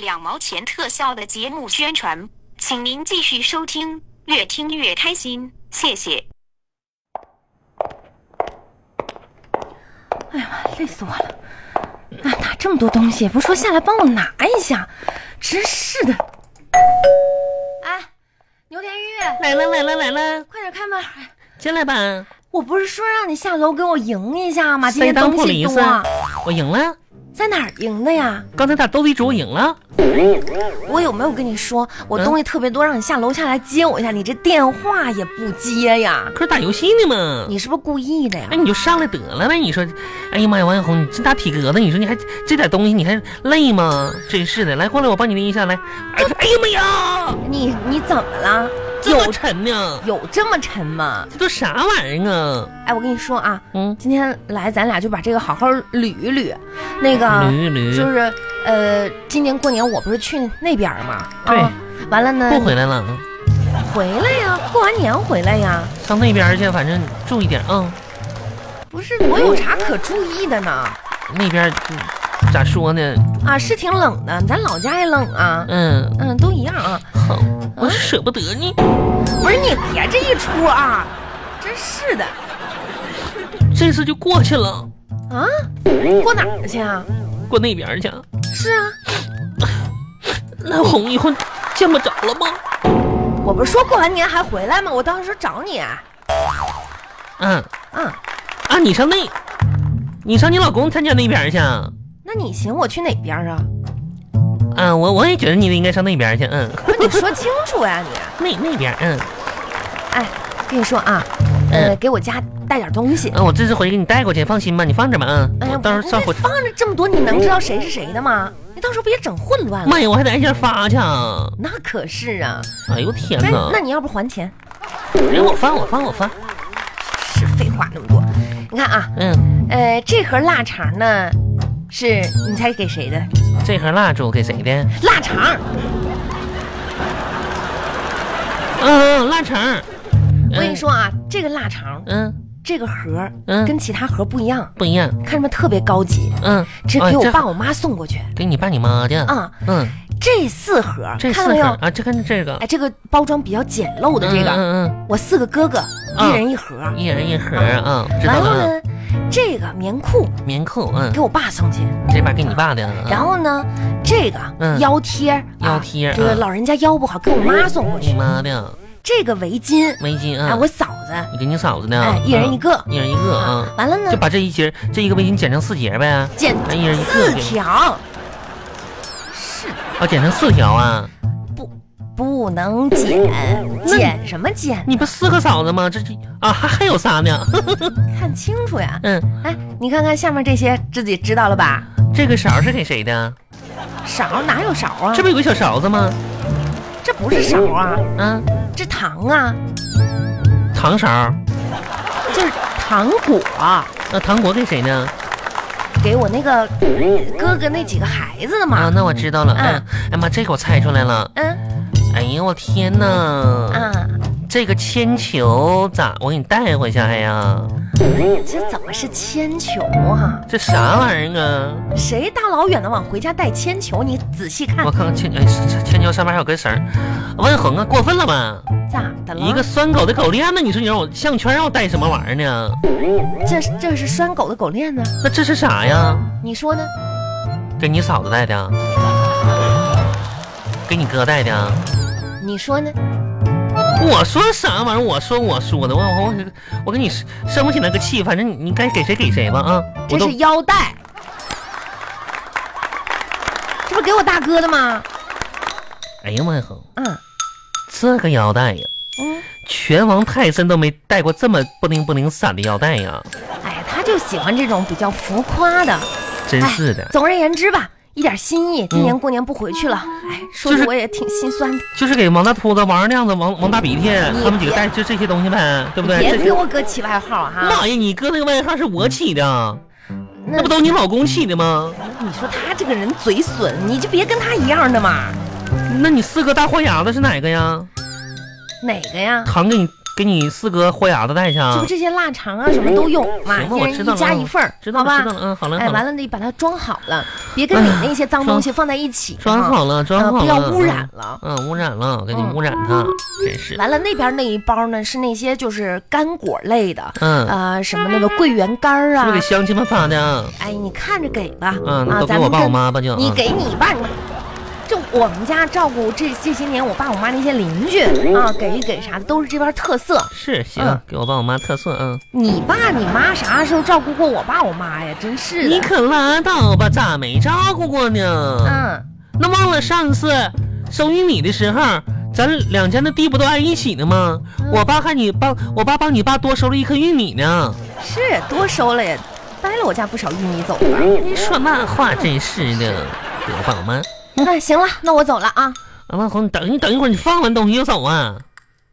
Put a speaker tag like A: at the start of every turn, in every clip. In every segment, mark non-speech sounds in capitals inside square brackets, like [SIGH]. A: 两毛钱特效的节目宣传，请您继续收听，越听越开心，谢谢。
B: 哎呀妈，累死我了！哪哪这么多东西，不说下来帮我拿一下，真是的。哎，牛田玉，
C: 来了来了来了，
B: 快点开门！
C: 进来吧。
B: 我不是说让你下楼给我赢一下吗？今
C: 谁
B: 天
C: 当
B: 东
C: 破
B: 西啊
C: 驴
B: 多
C: 子，？我赢了。
B: 在哪儿赢的呀？
C: 刚才打斗地主我赢了，
B: 我有没有跟你说，我东西特别多，让你下楼下来接我一下，你这电话也不接呀？
C: 可是打游戏呢嘛。
B: 你是不是故意的呀
C: 哎，？你就上来得了呗！你说，哎呀妈呀，王小红，你这大体格子，你说你还这点东西，你还累吗？真是的，来过来，我帮你拎一下来。哎哎呀妈呀，
B: 你你怎么了？
C: 这么
B: 有
C: 沉呢？
B: 有这么沉吗？
C: 这都啥玩意儿啊？
B: 哎，我跟你说啊，
C: 嗯，
B: 今天来咱俩就把这个好好捋一捋。那个
C: 捋一捋
B: 就是呃，今年过年我不是去那边儿嘛，
C: 对
B: 啊，完了呢，
C: 不回来了，
B: 回来呀，过完年回来呀，
C: 上那边去，反正注意点啊。
B: 不是我有啥可注意的呢？
C: 那边嗯咋说呢？
B: 啊，是挺冷的，咱老家也冷啊，
C: 嗯，
B: 嗯，都一样啊。
C: 好，我舍不得你。
B: 不是你别这一出啊，真是的
C: 这次就过去了，
B: 啊，过哪儿去啊？
C: 过那边去。
B: 是啊，
C: 那红以后见不着了吗？
B: 我不是说过完年还回来吗？我到时候找你啊。
C: 嗯
B: 嗯，
C: 啊，你上那，你上你老公他家那边去啊。
B: 那你寻我去哪边儿啊？
C: 嗯，我我也觉得你应该上那边去，嗯，
B: 不是你说清楚呀、你。
C: 那那边，嗯
B: 哎，跟你说啊，呃，
C: 嗯
B: 给我家带点东西。
C: 嗯，我这次回去给你带过去，放心吧，你放着吧，
B: 哎
C: 嗯，
B: 呀
C: 我，到时候上火
B: 我
C: 车
B: 这，放着这么多，你能知道谁是谁的吗？你到时候别整混乱了。
C: 妈呀，我还得挨家发去啊，
B: 那可是啊，
C: 哎呦天
B: 不是
C: 哪，
B: 那你要不还钱？
C: 哎我发我发我发，
B: 是废话那么多。你看啊，
C: 嗯，
B: 呃，这盒腊肠呢，是你猜给谁的？
C: 这盒蜡烛给谁的？
B: 腊肠，
C: 嗯，蜡肠，
B: 我跟你，说啊，这个腊肠，
C: 嗯，
B: 这个盒儿
C: 嗯
B: 跟其他盒儿不一样，
C: 不一样，
B: 看着特别高级，
C: 嗯，
B: 这
C: 哎
B: 给我
C: 这
B: 爸我妈送过去。
C: 给你爸你妈的，
B: 啊
C: 嗯，
B: 这四盒儿，
C: 这
B: 看
C: 四
B: 到没
C: 盒
B: 有？
C: 啊，这看这个
B: 哎，，这个包装比较简陋的这个，
C: 嗯嗯
B: 我四个哥哥，一人一盒。
C: 嗯，一人一盒啊，知道
B: 然后
C: 了，
B: 呢，这个棉裤
C: 嗯棉裤，嗯
B: 给，我爸送去。
C: 这把给你爸的，嗯
B: 然
C: 后
B: 后呢，这个
C: 嗯
B: 腰贴儿，
C: 腰
B: 啊
C: 贴儿
B: 这个
C: 嗯
B: 老人家腰不好，给我妈送过
C: 你
B: 去。
C: 妈的
B: 这个围巾，
C: 围巾
B: 哎，
C: 啊，
B: 我嫂子，
C: 你给你嫂子的，嗯
B: 哎，一人一个。
C: 一人一个啊，
B: 完了呢
C: 就，把这一节这一个围巾剪成四节呗，
B: 剪
C: 哎一人一个
B: 四
C: 对
B: 条，
C: 啊，剪成四条啊，
B: 不不能剪，剪什么剪？
C: 你不四个嫂子吗？这这啊还还有仨呢， [LAUGHS]
B: 看清楚呀！
C: 嗯，
B: 哎，你看看下面这些，自己知道了吧？
C: 这个勺是给谁的？
B: 勺哪有勺啊
C: 这？不有个小勺子吗？
B: 这不是勺啊，
C: 啊，
B: 这糖啊，
C: 糖勺，
B: 这是糖果。啊
C: 那糖果给谁呢？
B: 给我那个哥哥那几个孩子的
C: 啊，
B: 嘛。
C: 那我知道了，
B: 嗯
C: 哎，哎妈，这个我猜出来了，
B: 嗯
C: 哎呦我天呐，
B: 啊，
C: 这个铅球咋我给你带回去哎呀？
B: 这怎么是铅球啊？
C: 这啥玩意儿啊？
B: 谁大老远的往回家带铅球？你仔细看
C: 我，看看铅哎铅球上面还有根绳儿，万红啊，过分了吧？
B: 咋的了？
C: 一个拴狗的狗链子，你说你让我项圈让我戴什么玩意儿呢？
B: 这这是拴狗的狗链呢？
C: 那这是啥呀？
B: 你说呢？
C: 给你嫂子戴的啊，给你哥戴的啊。
B: 你说呢？
C: 我说啥玩意儿？我说我说的，我我我跟你生不起那个气，反正你你该给谁给谁吧啊！我
B: 这
C: 都
B: 是腰带，这不给我大哥的吗？
C: 哎呀妈呀，哼
B: 嗯
C: 这个腰带呀，
B: 嗯，
C: 拳王泰森都没戴过这么不灵不灵闪的腰带呀，
B: 哎，他就喜欢这种比较浮夸的。
C: 真是的。
B: 总而言之吧，一点心意。今年过年不回去了，哎，说
C: 嗯就
B: 的
C: 是
B: 我也挺心酸的。
C: 就是给王大秃子、王二亮子、王王
B: 嗯
C: 大鼻涕他们几个戴就这些东西呗，对不对？
B: 别
C: 这
B: 给我啊嗯哥起外号哈、
C: 妈呀，你哥那个外号是我起的。
B: 那
C: 那不都你老公起的吗？
B: 你说他这个人嘴损，你就别跟他一样的嘛。
C: 那你四个大豁牙子是哪个呀？
B: 哪个呀？
C: 糖给你给你四个豁牙子带去啊
B: 就。这些腊肠啊什么都有嘛，
C: 行吧，
B: 一
C: 我
B: 人
C: 知道
B: 一
C: 了，嗯
B: 家一份儿，
C: 知
B: 好
C: 道了，
B: 吧
C: 知道？了，嗯，好了，
B: 哎，
C: 好
B: 完
C: 了，
B: 了得把它装好了，别跟你那些脏东西放在一起，
C: 哎装
B: 啊
C: 好了，装
B: 啊
C: 好了，
B: 不要污染
C: 嗯
B: 了。
C: 嗯，污染了，我给你
B: 嗯
C: 污染它，真是，
B: 完了，那边那一包呢是那些就是干果类的，
C: 嗯，
B: 呃，什么那个桂圆干儿
C: 是不是
B: 啊
C: 得，相亲们发的？
B: 哎，你看着给吧，
C: 嗯，那
B: 啊，
C: 都给
B: 咱
C: 我
B: 们
C: 爸我
B: 跟
C: 妈吧，就，
B: 你
C: 嗯
B: 给你爸你。就我们家照顾这这些年，我爸我妈那些邻居啊，给一给啥的都是这边特色。
C: 是行
B: 嗯，
C: 给我爸我妈特色，嗯，
B: 你爸你妈啥时候照顾过我爸我妈呀？真是
C: 你
B: 的。
C: 可拉倒吧，咋没照顾过呢？
B: 嗯，
C: 那忘了上次收玉米的时候，咱两家那地不都挨一起呢吗？我爸还你帮我爸帮你爸多收了一颗玉米呢。
B: 是多收了呀，掰了我家不少玉米走吧。
C: 你说那话真是的，给我爸我妈。
B: 那哎行了，那我走了啊。
C: 啊，万红，你等你等一会儿，你放完东西就走啊？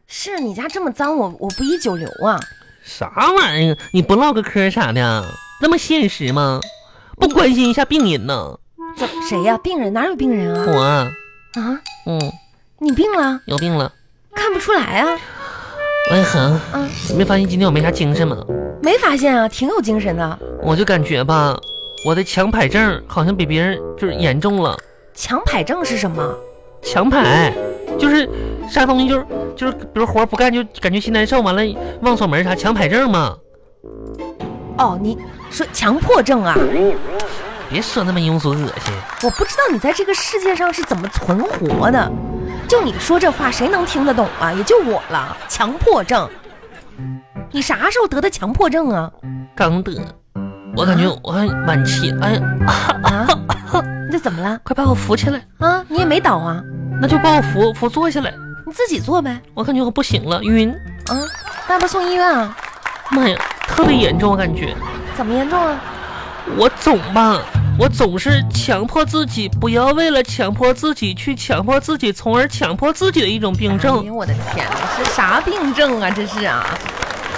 B: 是你家这么脏，我我不宜久留啊。
C: 啥玩意儿？你不唠个嗑啥的，那么现实吗？不关心一下病人呢？
B: 怎谁呀、病人哪有病人啊？
C: 我啊，
B: 啊，
C: 嗯，
B: 你病了？
C: 有病了。
B: 看不出来啊。
C: 万恒，
B: 啊，
C: 你没发现今天我没啥精神吗？
B: 没发现啊，挺有精神的。
C: 我就感觉吧，我的强迫症好像比别人就是严重了。
B: 强迫症是什么？
C: 强迫就是啥东西就是就是，比如活儿不干就感觉心难受，完了忘锁门啥强迫症嘛。
B: 哦，你说强迫症啊？
C: 别说那么庸俗恶心，
B: 我不知道你在这个世界上是怎么存活的。就你说这话，谁能听得懂啊？也就我了。强迫症，你啥时候得的强迫症啊？
C: 刚得，我感觉我还晚期，哎呀，
B: 啊，那怎么了？
C: 快把我扶起来，
B: 啊，你也没倒啊，
C: 那就把我扶扶坐下来，
B: 你自己做呗。
C: 我感觉我不行了，晕，
B: 啊，那要不送医院啊？
C: 妈呀，特别严重，我感觉
B: 怎么严重啊？
C: 我总吧。我总是强迫自己，不要为了强迫自己去强迫自己，从而强迫自己的一种病
B: 哎
C: 症，
B: 呦我的天哪，是啥病症啊？这是啊！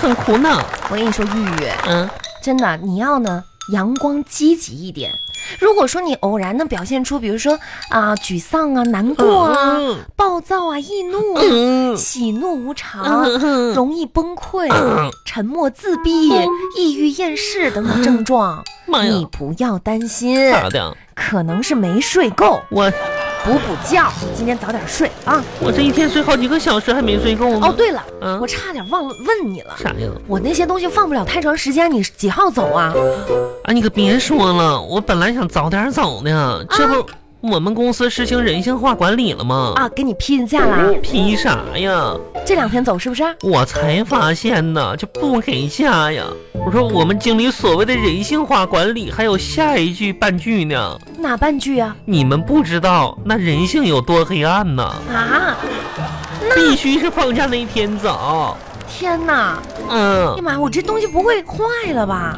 C: 很苦恼。
B: 我跟你说，玉玉，
C: 嗯，
B: 真的，你要呢阳光积极一点。如果说你偶然的表现出，比如说啊、沮丧啊、难过啊、
C: 嗯
B: 暴躁啊、易怒啊、
C: 嗯
B: 喜怒无常、
C: 嗯
B: 容易崩溃、
C: 嗯
B: 沉默、自闭、抑郁、厌世等等症状，
C: 妈呀
B: 你不要担心，
C: 咋的？啊
B: 可能是没睡够，
C: 我
B: 补补觉，今天早点睡啊。
C: 我这一天睡好几个小时还没睡够呢。
B: 哦，，对了，
C: 嗯
B: 我差点忘了问你了。
C: 啥呀？
B: 我那些东西放不了太长时间，你几号走啊？
C: 啊，你可别说了，我本来想早点走呢，
B: 啊
C: 这不我们公司实行人性化管理了吗？
B: 啊，给你批的假了，
C: 批啥呀？
B: 这两天走是不啊是？
C: 我才发现呢，就不给假呀！我说我们经理所谓的人性化管理，还有下一句半句呢，
B: 哪半句啊？
C: 你们不知道那人性有多黑暗呐！
B: 啊！
C: 必须是放假那一天早。
B: 天哪！哎呀
C: 嗯，
B: 妈呀，我这东西不会坏了吧？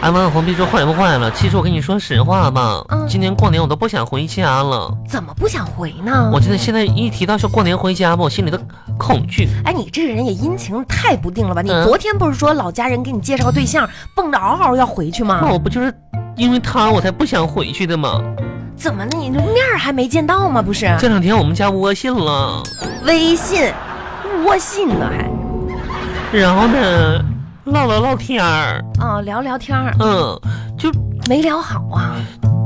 C: 哎，万红，别说坏不坏了，其实我跟你说实话吧，
B: 嗯
C: 今年过年我都不想回家了。
B: 怎么不想回呢
C: 我？真的现在一提到说过年回家吧，我心里都恐惧。
B: 哎，你这个人也阴晴太不定了吧？你
C: 嗯
B: 昨天不是说老家人给你介绍对象，蹦着嗷嗷要回去
C: 那
B: 吗？
C: 我不就是因为他我才不想回去的吗？
B: 怎么你这面儿还没见到吗？不是
C: 这两天我们家窝信了，
B: 微信，窝信呢还
C: 然后呢，唠了唠天儿，
B: 啊？聊聊天儿
C: 嗯，就
B: 没聊好啊？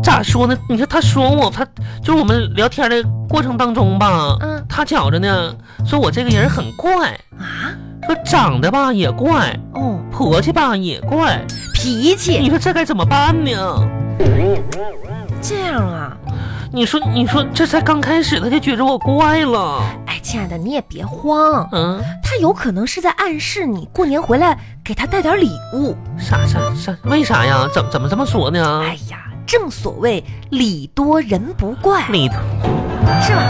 C: 咋说呢？你看他说我，他就是我们聊天的过程当中吧，
B: 嗯
C: 他觉着呢，说我这个人很怪，
B: 啊？
C: 说长得吧也怪，
B: 哦，
C: 婆家吧也怪，
B: 脾气
C: 你说这该怎么办呢？
B: 这样啊？
C: 你说，你说这才刚开始，他就觉着我怪了，
B: 哎，亲爱的，你也别慌，
C: 嗯。
B: 他有可能是在暗示你过年回来给他带点礼物。
C: 啥啥啥？为啥呀？怎怎么这么说呢？
B: 哎呀，正所谓礼多人不怪，
C: 你
B: 是吧？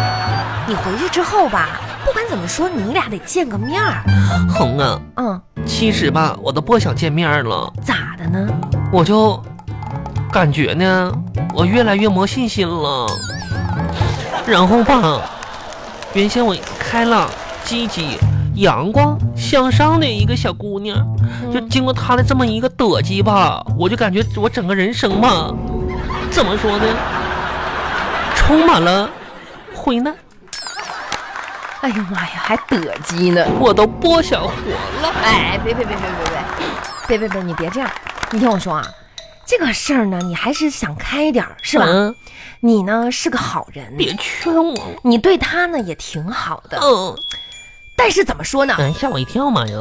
B: 你回去之后吧，不管怎么说，你俩得见个面儿。
C: 红啊，
B: 嗯，
C: 其实吧，我都不想见面了，
B: 咋的呢？
C: 我就感觉呢，我越来越没信心了。然后吧，原先我开朗、积极、阳光、向上的一个小姑娘，
B: 嗯
C: 就经过她的这么一个躲击吧，我就感觉我整个人生吧，怎么说呢，充满了灰难。
B: 哎呦妈呀，还得鸡呢！
C: 我都不想活了。
B: 哎，别别别别别别，别别别，你别这样，你听我说啊，这个事儿呢，你还是想开点儿，是吧？
C: 嗯，
B: 你呢是个好人，
C: 别劝我了。
B: 你对他呢也挺好的，
C: 嗯，
B: 但是怎么说呢？
C: 哎，吓我一跳，妈呀！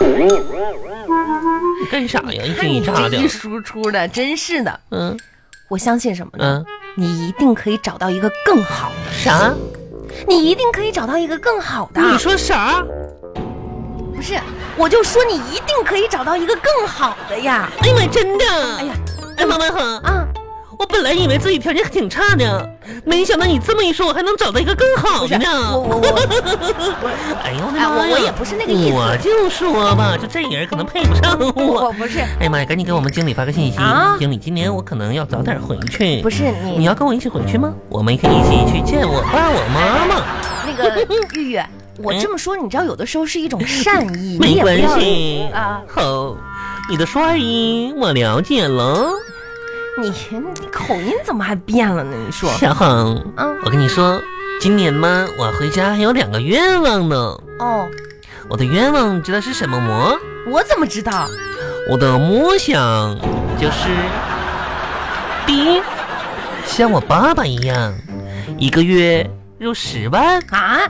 C: 你干啥呀？一
B: 看哎
C: 惊
B: 你
C: 一
B: 这
C: 乍
B: 一
C: 的。
B: 输出的，真是的。
C: 嗯
B: 我相信什么呢？
C: 嗯，
B: 你一定可以找到一个更好的，
C: 啥？
B: 你一定可以找到一个更好的。啊
C: 你说啥？
B: 不是？我就说你一定可以找到一个更好的呀！
C: 哎呀妈，真的！哎
B: 哎呀，
C: 哎妈妈好，
B: 啊，
C: 我本来以为自己条件挺差的，没想到你这么一说，我还能找到一个更好的呢。
B: 我我我
C: [LAUGHS] 哎呦我的
B: 哎，
C: 妈
B: 我
C: 呀！
B: 我也不是那个意
C: 我
B: 思，
C: 就说吧，就这人可能配不上
B: 我
C: 我。
B: 不是
C: 哎呀妈呀，赶紧给我们经理发个信息。
B: 啊
C: 经理，今年我可能要早点回去。
B: 不是你
C: 你要跟我一起回去吗？我们可以一起去见我爸我妈妈。
B: 那
C: [LAUGHS]
B: 个玉玉，我
C: 嗯
B: 这么说，你知道有的时候是一种善意，你
C: [LAUGHS] 没
B: 也不
C: 关
B: 要
C: 系
B: 啊。
C: 好，你的帅意我了解了。
B: 你你口音怎么还变了呢？你
C: [LAUGHS]
B: 说
C: 小红，
B: 啊？
C: 我跟你说，今年嘛，我回家还有两个愿望呢。
B: 哦，
C: 我的愿望你知道是什么吗？
B: 我怎么知道？
C: 我的梦想就是，第一，像我爸爸一样，一个月入十万。
B: 啊，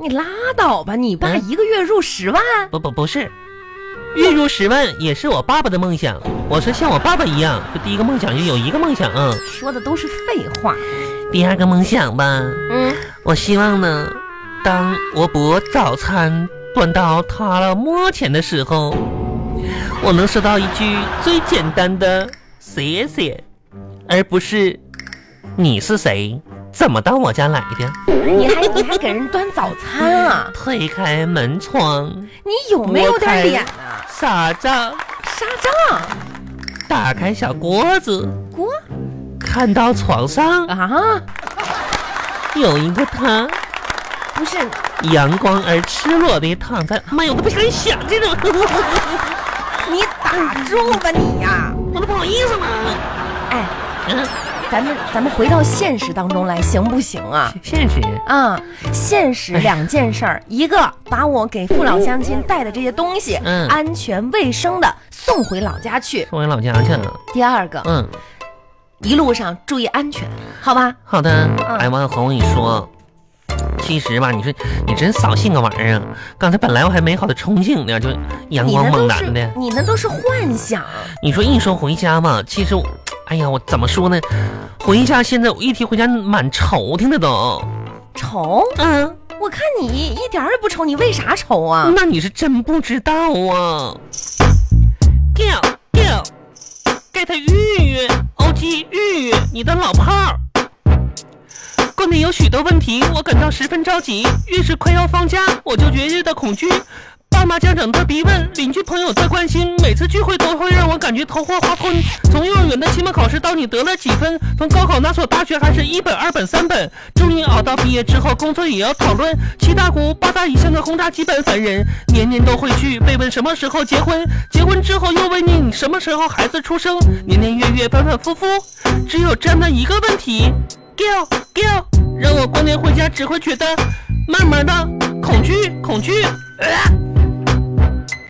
B: 你拉倒吧！你爸
C: 嗯
B: 一个月入十万，
C: 不不不是，月入十万也是我爸爸的梦想。我说像我爸爸一样，就第一个梦想就有一个梦想啊。
B: 说的都是废话。
C: 第二个梦想吧，
B: 嗯，
C: 我希望呢，当我把早餐端到他的摸前的时候，我能收到一句最简单的“谢谢”，而不是“你是谁，怎么到我家来的
B: 你还你还给人端早餐啊”？？
C: 推开门窗，
B: 你有没有点脸
C: 我
B: 啊？
C: 傻账，
B: 杀账
C: 打开小锅子，
B: 锅
C: 看到床上
B: 啊？
C: 有一个他，
B: 不是，
C: 阳光而赤裸的躺在，妈呀，我都不敢想这种， [LAUGHS]
B: 你打住吧你呀、
C: 我都不好意思了。
B: 哎，
C: 嗯，
B: 咱们咱们回到现实当中来，行不行啊？
C: 现实。
B: 啊，现实两件事儿，一个把我给父老乡亲带的这些东西，
C: 嗯
B: 安全卫生的送回老家去；
C: 送回老家去了。
B: 第二个，
C: 嗯，
B: 一路上注意安全，好吧？
C: 好的。哎，王小红，我跟你说，其实吧，你说你真扫兴个玩意儿啊。刚才本来我还美好的憧憬呢，就阳
B: 你
C: 光
B: 那
C: 猛
B: 都是
C: 男的。
B: 你那都是幻想，
C: 你说一说回家吧，其实我，哎呀，我怎么说呢？回家现在我一提回家蛮愁挺的都。
B: 丑？
C: 嗯，
B: 我看你一点儿也不丑，你为啥丑啊？
C: 那你是真不知道啊。掉掉，get 玉玉，OG 玉玉，你的老炮儿。过年有许多问题，我感到十分着急。越是快要放假，我就觉得恐惧。爸妈、家长的逼问，邻居朋友的关心，每次聚会都会让我感觉头昏花昏。从幼儿园的期末考试到你得了几分，从高考那所大学还是一本、二本、三本，终于熬到毕业之后，工作也要讨论。七大姑八大姨向的轰炸基本烦人，年年都会去被问什么时候结婚，结婚之后又问你什么时候孩子出生，年年月月反反复复，只有这样的一个问题。Giao Giao，让我过年回家只会觉得慢慢的恐惧恐惧。呃